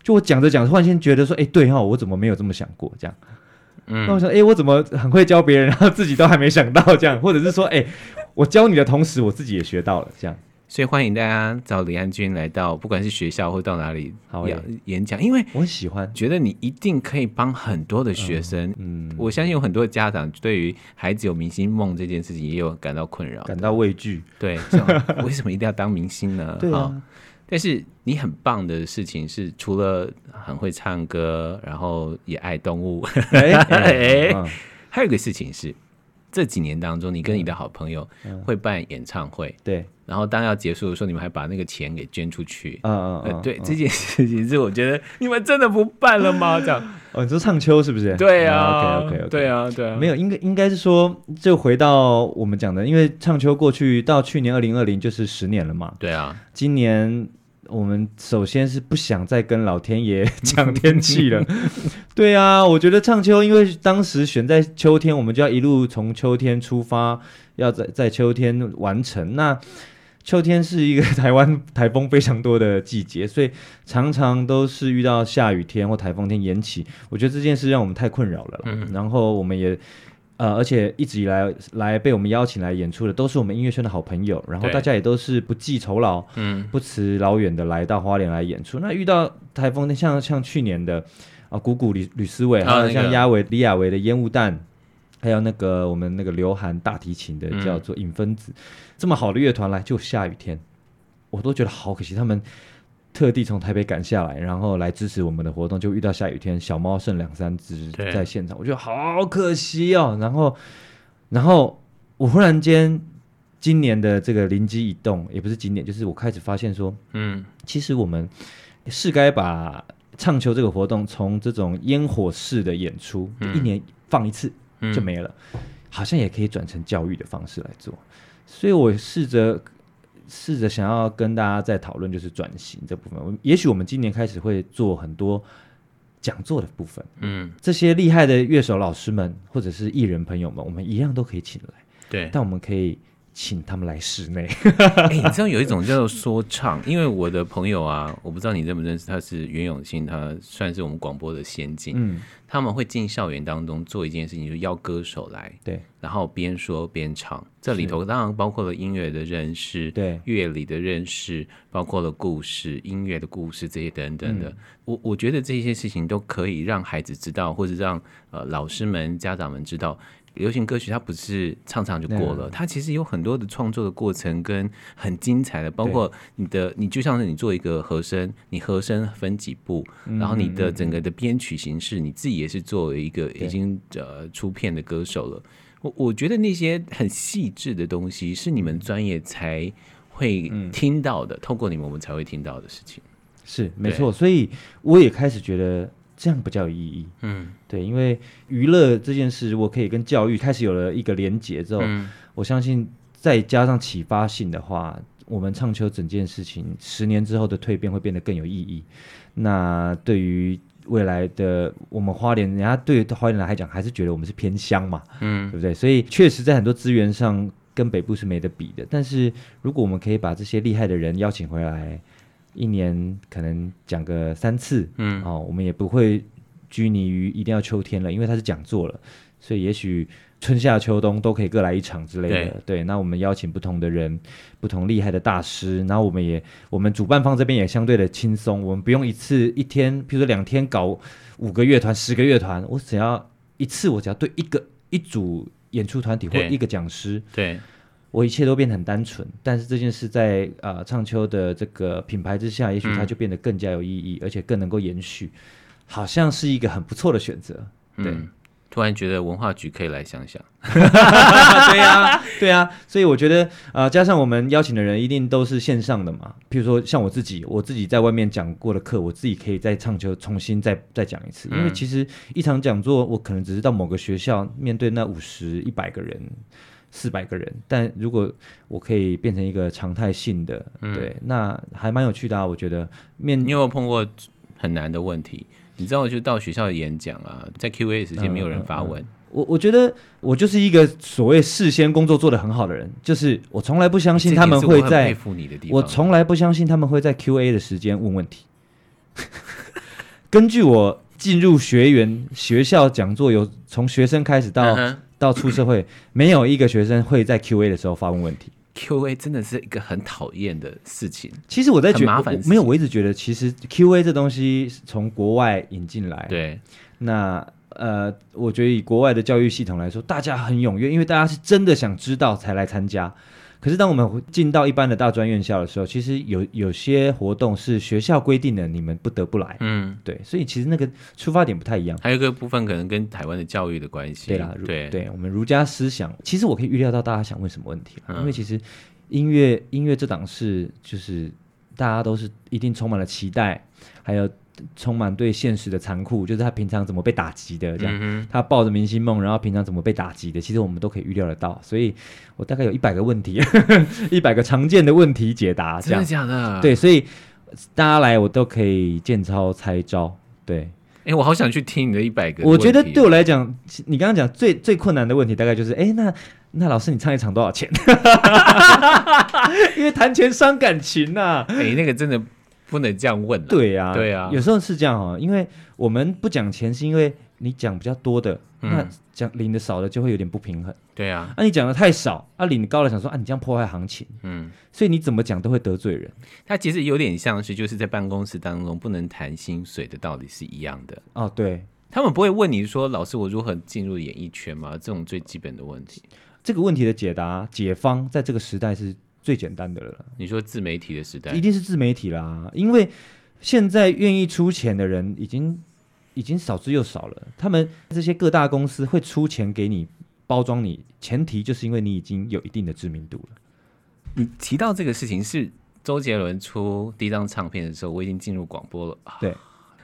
Speaker 1: 就我讲着讲着，忽然间觉得说，哎、对哈、我怎么没有这么想过？这样，
Speaker 2: 嗯
Speaker 1: 那我想，哎、我怎么很会教别人，然后自己都还没想到这样，或者是说，哎、我教你的同时，我自己也学到了这样。
Speaker 2: 所以欢迎大家找李安君来到，不管是学校或到哪里
Speaker 1: 好耶
Speaker 2: 演演讲，因为
Speaker 1: 我很喜欢，
Speaker 2: 觉得你一定可以帮很多的学生。
Speaker 1: 嗯，
Speaker 2: 我相信有很多家长对于孩子有明星梦这件事情也有感到困扰。
Speaker 1: 感到畏 惧。
Speaker 2: 对，这种为什么一定要当明星呢？
Speaker 1: 对
Speaker 2: 哈
Speaker 1: 啊，
Speaker 2: 但是你很棒的事情是，除了很会唱歌，然后也爱动物，
Speaker 1: 哎
Speaker 2: 哎
Speaker 1: 嗯
Speaker 2: 还有一个事情是，这几年当中，你跟你的好朋友
Speaker 1: 嗯
Speaker 2: 会办演唱会，
Speaker 1: 对，
Speaker 2: 然后当要结束的时候，你们还把那个钱给捐出去。
Speaker 1: 嗯嗯
Speaker 2: 呃
Speaker 1: 嗯，
Speaker 2: 对
Speaker 1: 嗯
Speaker 2: 这件事情是我觉得你们真的不办了吗？这样
Speaker 1: 哦，你说唱秋是不是？
Speaker 2: 对啊
Speaker 1: o k OK，
Speaker 2: 对。啊，对啊，
Speaker 1: 没有，应该应该是说，就回到我们讲的，因为唱秋过去到去年二零二零就是十年了嘛。
Speaker 2: 对啊，
Speaker 1: 今年我们首先是不想再跟老天爷抢天气了。对啊，我觉得唱秋，因为当时选在秋天，我们就要一路从秋天出发，要在在秋天完成。那秋天是一个 台湾台风非常多的季节，所以常常都是遇到下雨天或台风天延期。我觉得这件事让我们太困扰了啦。然后我们也。呃，而且一直以来来被我们邀请来演出的都是我们音乐圈的好朋友，然后
Speaker 2: 对
Speaker 1: 大家也都是不计酬劳，
Speaker 2: 嗯，
Speaker 1: 不辞老远的来到花莲来演出。那遇到台风天，像像去年的啊，谷谷吕吕思伟，还
Speaker 2: 啊
Speaker 1: 有
Speaker 2: 那个
Speaker 1: 像亚维李亚维的烟雾弹，还有那个我们那个刘涵大提琴的
Speaker 2: 嗯
Speaker 1: 叫做影分子，这么好的乐团来就下雨天，我都觉得好可惜，他们。特地从台北赶下来，然后来支持我们的活动，就遇到下雨天，小猫剩两三只
Speaker 2: 对
Speaker 1: 在现场，我觉得好可惜哦。然后，然后我忽然间今年的这个灵机一动，也不是今年，就是我开始发现说，
Speaker 2: 嗯，
Speaker 1: 其实我们是该把唱球这个活动从这种烟火式的演出，就一年放一次
Speaker 2: 嗯
Speaker 1: 就没了，好像也可以转成教育的方式来做。所以我试着试着想要跟大家再讨论，就是转型这部分。我也许我们今年开始会做很多讲座的部分，
Speaker 2: 嗯，
Speaker 1: 这些厉害的乐手老师们或者是艺人朋友们，我们一样都可以请来，
Speaker 2: 对。
Speaker 1: 但我们可以请他们来室内。
Speaker 2: 哎、你知道有一种叫做说唱，因为我的朋友啊，我不知道你认不认识，他是袁永信，他算是我们广播的先进。
Speaker 1: 嗯，
Speaker 2: 他们会进校园当中做一件事情，就是邀歌手来，
Speaker 1: 对
Speaker 2: 然后边说边唱。这里头当然包括了音乐的认识，
Speaker 1: 对
Speaker 2: 乐理的认识，包括了故事、音乐的故事这些等等的。我我觉得这些事情都可以让孩子知道，或者让呃老师们、家长们知道。流行歌曲它不是唱唱就过了，它其实有很多的创作的过程跟很精彩的，包括你的你就像是你做一个和声，你和声分几步，然后你的整个的编曲形式，你自己也是作为一个已经呃出片的歌手了。我我觉得那些很细致的东西是你们专业才会听到的，透过你们我们才会听到的事情。
Speaker 1: 是没错，所以我也开始觉得这样比较有意义。
Speaker 2: 嗯
Speaker 1: 对，因为娱乐这件事，如果可以跟教育开始有了一个连结之后，
Speaker 2: 嗯
Speaker 1: 我相信再加上启发性的话，我们唱秋整件事情十年之后的蜕变会变得更有意义。那对于未来的我们花莲，人家对花莲人来讲，还是觉得我们是偏乡嘛，对
Speaker 2: 嗯，
Speaker 1: 不对？所以确实在很多资源上跟北部是没得比的。但是如果我们可以把这些厉害的人邀请回来，一年可能讲个三次，
Speaker 2: 嗯
Speaker 1: 哦，我们也不会拘泥于一定要秋天了，因为它是讲座了，所以也许春夏秋冬都可以各来一场之类的。对，那我们邀请不同的人，不同厉害的大师，然后我们也我们主办方这边也相对的轻松，我们不用一次一天，譬如说两天搞五个乐团、十个乐团，我只要一次，我只要对一个一组演出团体或
Speaker 2: 对
Speaker 1: 一个讲师，
Speaker 2: 对，
Speaker 1: 我一切都变得很单纯，但是这件事在呃唱秋的这个品牌之下，也
Speaker 2: 嗯
Speaker 1: 许它就变得更加有意义，而且更能够延续，好像是一个很不错的选择。对、
Speaker 2: 嗯，突然觉得文化局可以来想想。
Speaker 1: 对呀， 对呀，所以我觉得呃，加上我们邀请的人一定都是线上的嘛，譬如说像我自己，我自己在外面讲过的课，我自己可以在唱秋重新再再讲一次，因
Speaker 2: 嗯
Speaker 1: 为其实一场讲座，我可能只是到某个学校面对那五十一百个人。四百个人，但如果我可以变成一个常态性的，对，那还蛮有趣的啊。我觉得面
Speaker 2: 嗯你有没有碰过很难的问题？你知道，我就到学校演讲啊，在 Q&A 时间没有人发问，
Speaker 1: 我我觉得我就是一个所谓事先工作做得很好的人，就是我从来不相信
Speaker 2: 这
Speaker 1: 他们
Speaker 2: 点是我
Speaker 1: 会
Speaker 2: 很
Speaker 1: 在
Speaker 2: 佩服你的地方。
Speaker 1: 我从来不相信他们会在 Q&A 的时间问问题。 根据我进入学员学校讲座，有从学生开始到、
Speaker 2: 嗯哼
Speaker 1: 到出社 会，没有一个学生会在 Q&A 的时候发问问题。
Speaker 2: Q&A 真的是一个很讨厌的事情。
Speaker 1: 其实我在觉
Speaker 2: 很麻烦
Speaker 1: 我
Speaker 2: 的事
Speaker 1: 没有，
Speaker 2: 情
Speaker 1: 我一直觉得其实 Q&A 这东西是从国外引进来，
Speaker 2: 对，
Speaker 1: 那呃，我觉得以国外的教育系统来说，大家很踊跃，因为大家是真的想知道才来参加。可是当我们进到一般的大专院校的时候，其实有有些活动是学校规定的，你们不得不来。
Speaker 2: 嗯，
Speaker 1: 对，所以其实那个出发点不太一样。
Speaker 2: 还有一个部分可能跟台湾的教育的关系。
Speaker 1: 对啦，儒
Speaker 2: 对
Speaker 1: 对，我们儒家思想，其实我可以预料到大家想问什么问题啦
Speaker 2: 嗯
Speaker 1: 因为其实音乐音乐这档事，就是大家都是一定充满了期待，还有充满对现实的残酷，就是他平常怎么被打击的这样。
Speaker 2: 嗯
Speaker 1: 他抱着明星梦，然后平常怎么被打击的，其实我们都可以预料得到。所以我大概有一百个问题， 一百个常见的问题解答这
Speaker 2: 哼，真
Speaker 1: 样
Speaker 2: 的。假的？，
Speaker 1: 对，所以大家来我都可以见招拆招。对，
Speaker 2: 哎，我好想去听你的一百个。啊
Speaker 1: 我觉得对我，来讲，你刚刚讲最最困难的问题，大概就是，哎，那那老师你唱一场多少钱？ 因为谈钱伤感情呐、
Speaker 2: 哎，那个真的不能这样问了。，
Speaker 1: 对呀、
Speaker 2: 对啊
Speaker 1: 有时候是这样哦，因为我们不讲钱，是因为你讲比较多的，
Speaker 2: 嗯
Speaker 1: 那讲领的少的就会有点不平衡。
Speaker 2: 对啊，
Speaker 1: 啊，你讲的太少，啊，领高了想说啊，你这样破坏行情，
Speaker 2: 嗯，
Speaker 1: 所以你怎么讲都会得罪人
Speaker 2: 它其实有点像是就是在办公室当中不能谈薪水的道理是一样的。
Speaker 1: 哦。对，
Speaker 2: 他们不会问你说，老师我如何进入演艺圈吗？这种最基本的问题。
Speaker 1: 这个问题的解答，解方在这个时代是最简单的了，
Speaker 2: 你说自媒体的时代
Speaker 1: 一，定是自媒体啦，因为现在愿意出钱的人已经已经少之又少了，他们这些各大公司会出钱给你包装你，前提就是因为你已经有一定的知名度了。
Speaker 2: 你提到这个事情是周杰伦出第一张唱片的时候，我已经进入广播了。啊
Speaker 1: 对，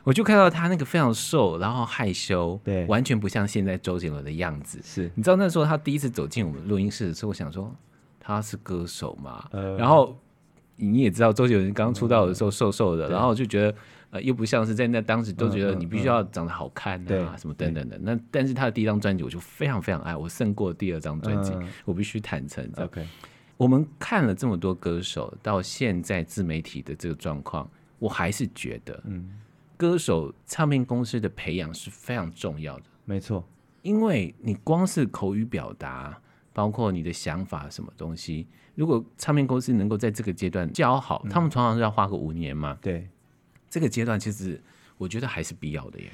Speaker 2: 我就看到他那个非常瘦，然后害羞，
Speaker 1: 对
Speaker 2: 完全不像现在周杰伦的样子。
Speaker 1: 是
Speaker 2: 你知道那时候他第一次走进我们录音室的时候，我想说他是歌手嘛，
Speaker 1: 呃
Speaker 2: 然后你也知道周杰伦刚出道的时候瘦瘦的，然后就觉得呃又不像是在那当时都觉得
Speaker 1: 嗯嗯
Speaker 2: 你必须要长得好看
Speaker 1: 对
Speaker 2: 啊、什么等等的。那但是他的第一张专辑我就非常非常爱，我胜过第二张专辑，
Speaker 1: 嗯
Speaker 2: 我必须坦诚这样。
Speaker 1: 呃 OK，
Speaker 2: 我们看了这么多歌手，到现在自媒体的这个状况，我还是觉得
Speaker 1: 嗯，
Speaker 2: 歌手唱片公司的培养是非常重要的。
Speaker 1: 没错，
Speaker 2: 因为你光是口语表达，包括你的想法什么东西，如果唱片公司能够在这个阶段教好，
Speaker 1: 嗯
Speaker 2: 他们通常是要花个五年嘛，
Speaker 1: 对，
Speaker 2: 这个阶段其实我觉得还是必要的耶。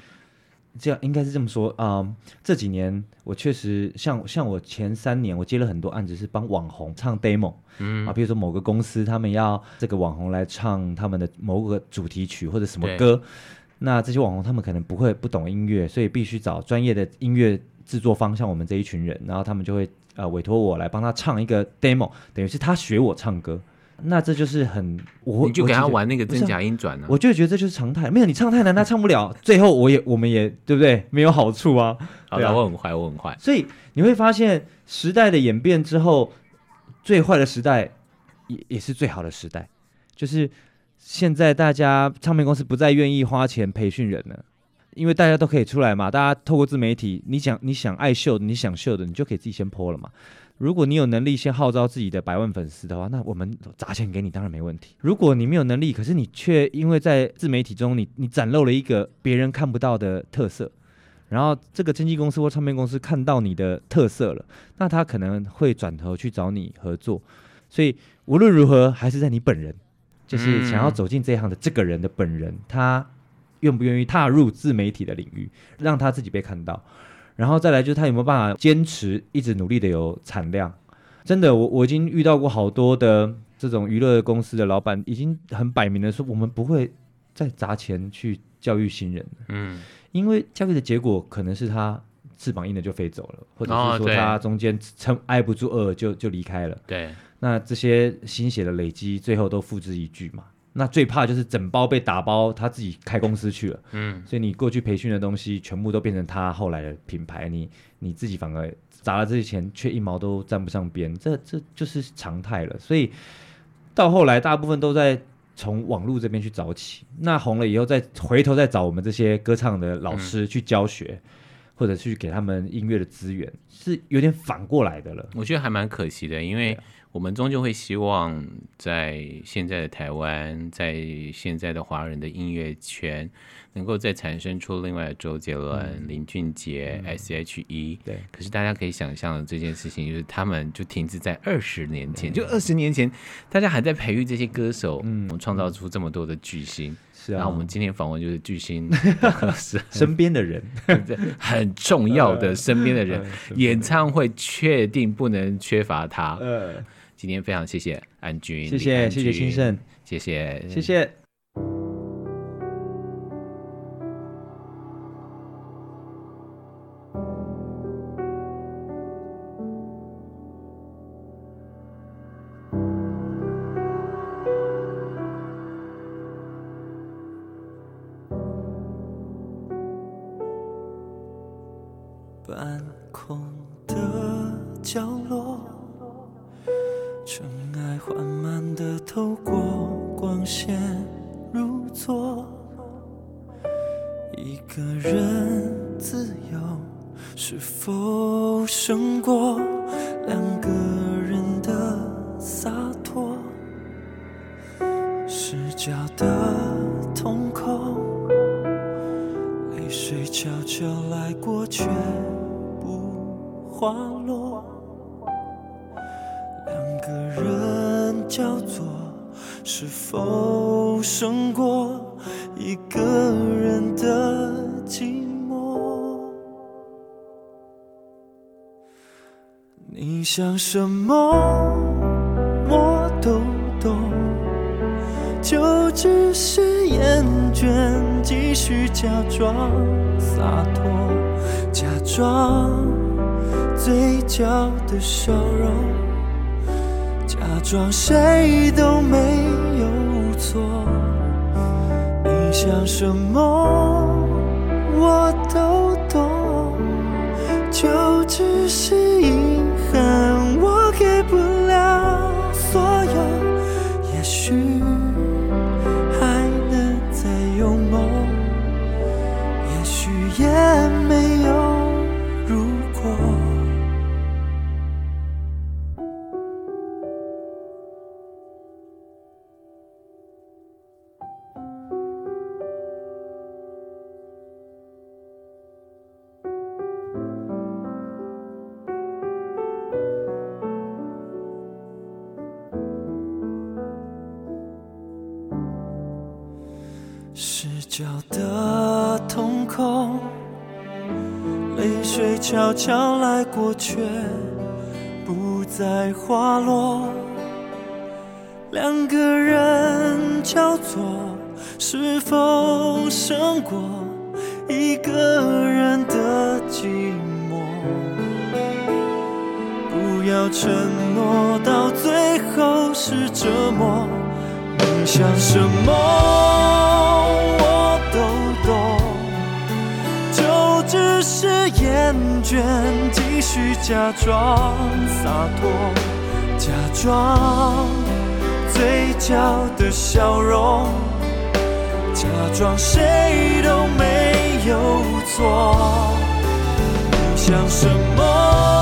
Speaker 1: 这样应该是这么说啊、嗯这几年我确实像像我前三年，我接了很多案子是帮网红唱 demo，嗯啊，比如说某个公司他们要这个网红来唱他们的某个主题曲或者什么
Speaker 2: 对
Speaker 1: 歌，那这些网红他们可能不会不懂音乐，所以必须找专业的音乐制作方，像我们这一群人，然后他们就会呃委托我来帮他唱一个 demo，等于是他学我唱歌。那这就是很，我会
Speaker 2: 你就给
Speaker 1: 我
Speaker 2: 他
Speaker 1: 觉得
Speaker 2: 玩那个
Speaker 1: 不是
Speaker 2: 真
Speaker 1: 啊
Speaker 2: 假音转呢、啊
Speaker 1: 我。就觉得这就是常态，没有你唱太难，他唱不了。最后我也我们也对不对？没有好处啊。
Speaker 2: 好
Speaker 1: 对
Speaker 2: 了，
Speaker 1: 啊
Speaker 2: 我很坏，我很坏。
Speaker 1: 所以你会发现，时代的演变之后，最坏的时代也也是最好的时代，就是现在大家唱片公司不再愿意花钱培训人了。因为大家都可以出来嘛，大家透过自媒体，你想你想爱秀的，你想秀的，你就可以自己先 PO 了嘛。如果你有能力先号召自己的百万粉丝的话，那我们砸钱给你当然没问题。如果你没有能力，可是你却因为在自媒体中你你展露了一个别人看不到的特色，然后这个经纪公司或唱片公司看到你的特色了，那他可能会转头去找你合作。所以无论如何，还是在你本人，就是想要走进这一行的这个人的本人，他愿不愿意踏入自媒体的领域，让他自己被看到，然后再来就是他有没有办法坚持一直努力的有产量。真的，我我已经遇到过好多的这种娱乐公司的老板，已经很摆明的说，我们不会再砸钱去教育新人。
Speaker 2: 嗯，
Speaker 1: 因为教育的结果可能是他翅膀硬了就飞走了，或者
Speaker 2: 哦
Speaker 1: 是说
Speaker 2: 对
Speaker 1: 他中间撑挨不住饿就就离开了。
Speaker 2: 对，
Speaker 1: 那这些心血的累积，最后都付之一炬嘛。那最怕就是整包被打包，他自己开公司去了。
Speaker 2: 嗯，
Speaker 1: 所以你过去培训的东西，全部都变成他后来的品牌，你你自己反而砸了这些钱，却一毛都沾不上边，这这就是常态了。所以到后来，大部分都在从网络这边去找起。那红了以后，再回头再找我们这些歌唱的老
Speaker 2: 嗯
Speaker 1: 师去教学，或者去给他们音乐的资源，是有点反过来的了。
Speaker 2: 我觉得还蛮可惜的，因
Speaker 1: 啊
Speaker 2: 为我们终究会希望在现在的台湾，在现在的华人的音乐圈，能够再产生出另外的周杰伦、
Speaker 1: 嗯
Speaker 2: 林俊杰、S.H.E。E
Speaker 1: 对
Speaker 2: 可是大家可以想象的这件事情，就是他们就停滞在二十年
Speaker 1: 嗯
Speaker 2: 前，就二十年前，大家还在培育这些歌手，嗯，创造出这么多的巨星。
Speaker 1: 是
Speaker 2: 然
Speaker 1: 啊，
Speaker 2: 后我们今天访问就是巨星的歌手，
Speaker 1: 身边的人。
Speaker 2: 这很重要的身边的人
Speaker 1: 呃身边，的人
Speaker 2: 演唱会确定不能缺乏他。
Speaker 1: 呃，
Speaker 2: 今天非常谢谢安君，
Speaker 1: 谢
Speaker 2: 李
Speaker 1: 谢
Speaker 2: 安
Speaker 1: 谢
Speaker 2: 君
Speaker 1: 谢先，生，
Speaker 2: 谢谢
Speaker 1: 谢谢。
Speaker 4: 半空的角落，尘埃缓慢地透过光线入座，一个人自由是否胜过两个人的洒脱？视角的瞳孔。泪水悄悄来过，却不滑落。两个人交错，是否胜过一个人的寂寞？你想什么，我都懂。就只是厌倦，继续假装洒脱，假装嘴角的笑容，假装谁都没有错。你想什么我都懂，就只是遗憾，我给不了所有。也许还能再有梦，也许也没有如果。视角的瞳孔，泪水悄悄来过，却不再滑落。两个人交错，是否胜过一个人的寂寞？不要承诺到最后是折磨。梦想什么我都懂，就只是厌倦，继续假装洒脱，假装嘴角的笑容，假装谁都没有错。你想什么？